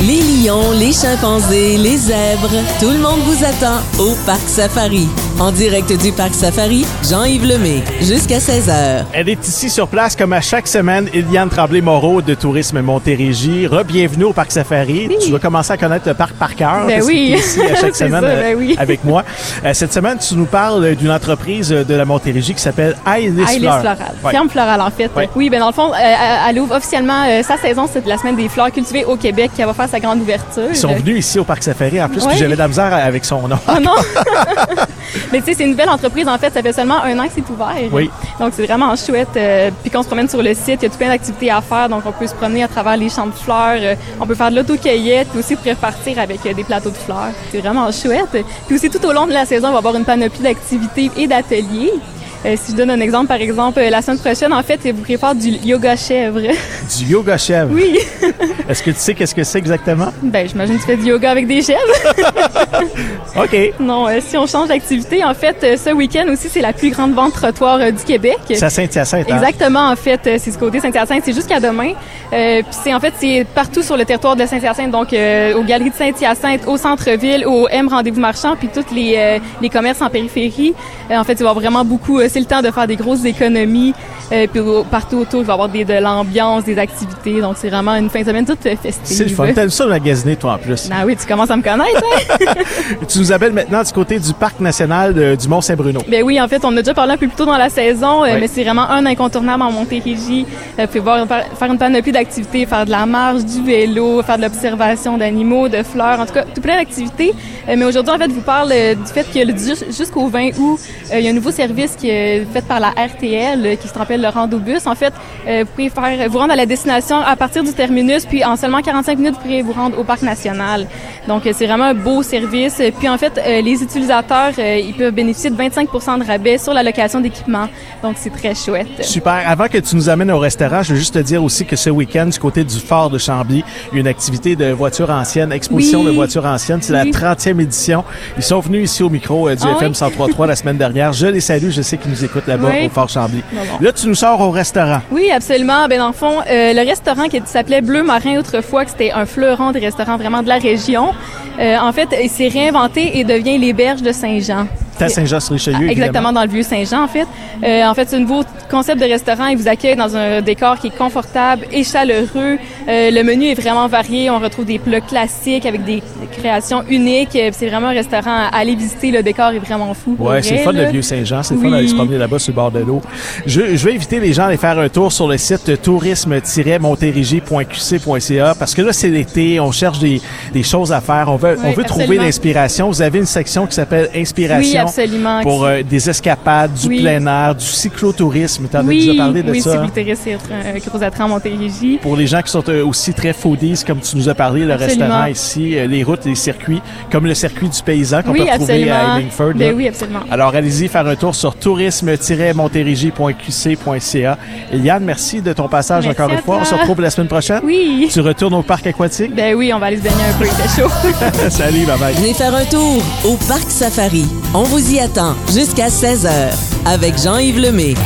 lions, les chimpanzés, les zèbres, tout le monde vous attend au Parc Safari. En direct du Parc Safari, Jean-Yves Lemay, jusqu'à 16h. Elle est ici sur place comme à chaque semaine, Iliane Tremblay-Moreau de Tourisme Montérégie. Re-bienvenue au Parc Safari. Oui. Tu vas commencer à connaître le parc par cœur. Ben parce que oui. t'es ici à chaque C'est semaine ça, euh, ben oui. avec moi. Euh, Cette semaine, tu nous parles d'une entreprise de la Montérégie qui s'appelle Ailis Ah, Iris Fleur. florale. Ouais. Ferme florale, en fait. Ouais. Oui, ben dans le fond, euh, elle ouvre officiellement euh, sa saison, c'est de la semaine des fleurs cultivées au Québec qui va faire sa grande ouverture. Ils sont venus ici au Parc Safari en plus, Ouais. puis j'avais de la misère avec son nom. Oh non! Mais tu sais, c'est une nouvelle entreprise, en fait. Ça fait seulement un an que c'est ouvert. Oui. Donc, c'est vraiment chouette. euh, puis qu'on se promène sur le site, il y a tout plein d'activités à faire. Donc, on peut se promener à travers les champs de fleurs. euh, on peut faire de l'autocueillette. Puis aussi, on pourrait repartir avec euh, des plateaux de fleurs. C'est vraiment chouette. Puis aussi, tout au long de la saison, on va avoir une panoplie d'activités et d'ateliers. Euh, si je donne un exemple, par exemple, euh, la semaine prochaine, en fait, vous pourrez faire du yoga chèvre. Du yoga chèvre. Oui. Est-ce que tu sais qu'est-ce que c'est exactement? ben, j'imagine que tu fais du yoga avec des chèvres. OK. Non, euh, si on change d'activité, en fait, euh, ce week-end aussi, c'est la plus grande vente trottoir euh, du Québec. C'est à Saint-Hyacinthe. hein? Exactement, en fait, euh, c'est ce côté Saint-Hyacinthe, c'est jusqu'à demain. Euh, Puis c'est en fait, c'est partout sur le territoire de Saint-Hyacinthe, donc euh, aux galeries de Saint-Hyacinthe, au centre-ville, au M rendez-vous marchand, puis tous les, euh, les commerces en périphérie. Euh, en fait, il va y avoir vraiment beaucoup. euh, c'est le temps de faire des grosses économies. Euh, puis au- partout autour, il va y avoir des, de l'ambiance, des activités. Donc c'est vraiment une fin de semaine toute euh, festive. C'est le fun. T'aimes ça magasiner, toi, en plus. Ah oui, tu commences à me connaître. hein? Tu nous appelles maintenant du côté du Parc national de- du Mont-Saint-Bruno. Ben oui, en fait, on en a déjà parlé un peu plus tôt dans la saison, euh, Oui. mais c'est vraiment un incontournable en Montérégie. Euh, vous pouvez voir, faire faire une panoplie d'activités, faire de la marche, du vélo, faire de l'observation d'animaux, de fleurs, en tout cas, tout plein d'activités. Euh, mais aujourd'hui, en fait, je vous parle euh, du fait que le- jus- jusqu'au 20 août, euh, il y a un nouveau service qui euh, est fait par la RTL, euh, qui se rappelle le rando-bus. En fait, euh, vous pouvez faire, vous rendre à la destination à partir du terminus, puis en seulement 45 minutes, vous pourrez vous rendre au Parc national. Donc, euh, c'est vraiment un beau service. Euh, Puis, en fait, euh, les utilisateurs, euh, ils peuvent bénéficier de 25 de rabais sur la location d'équipement. Donc, c'est très chouette. Super. Avant que tu nous amènes au restaurant, je veux juste te dire aussi que ce week-end, du côté du fort de Chambly, il y a une activité de voitures anciennes, exposition Oui. de voitures anciennes. C'est la Oui. 30e édition. Ils sont venus ici au micro euh, du Ah FM oui? 103.3 la semaine dernière. Je les salue. Je sais qu'ils nous écoutent là-bas Oui. au fort Chambly. Non, non. Là, tu nous sors au restaurant. Oui, absolument. Ben dans le fond, euh, le restaurant qui s'appelait Bleu Marin autrefois, que c'était un fleuron des restaurants vraiment de la région, euh, en fait, il s'est réinventé et devient les Berges de Saint-Jean. T'es à Saint-Jean-sur-Richelieu, évidemment. Ah, Exactement, dans le vieux Saint-Jean, en fait. Euh, en fait, c'est un nouveau concept de restaurant. Il vous accueille dans un décor qui est confortable et chaleureux. Euh, le menu est vraiment varié. On retrouve des plats classiques avec des créations uniques. Euh, C'est vraiment un restaurant à aller visiter. Le décor est vraiment fou. pour Ouais, c'est le vrai, fun là. le vieux Saint-Jean, c'est le Oui. fun d'aller se promener là-bas sur le bord de l'eau. Je, je vais inviter les gens à aller faire un tour sur le site tourisme-montérégie.qc.ca parce que là c'est l'été, on cherche des, des choses à faire, on veut on Oui, veut trouver absolument. l'inspiration. Vous avez une section qui s'appelle Oui, inspiration absolument. pour euh, des escapades, du Oui. plein air, du cyclotourisme, tu as oui, déjà parlé de oui, ça. si vous hein? intéressez à Crozatran, euh, Montérégie. Pour les gens qui sont euh, aussi très foodies, comme tu nous as parlé, le Absolument. restaurant ici, euh, les routes, les circuits, comme le circuit du paysan qu'on Oui, peut retrouver à absolument. Hillingford. Ben là. oui, absolument. Alors, allez-y faire un tour sur tourisme-montérégie.qc.ca. Yann, merci de ton passage Merci encore une à fois. On toi. se retrouve la semaine prochaine. Oui. Tu retournes au parc aquatique? Ben oui, on va aller se baigner un peu, il fait chaud. Salut, bye bye. Venez faire un tour au Parc Safari. On vous y attend jusqu'à 16h avec Jean-Yves Lemay.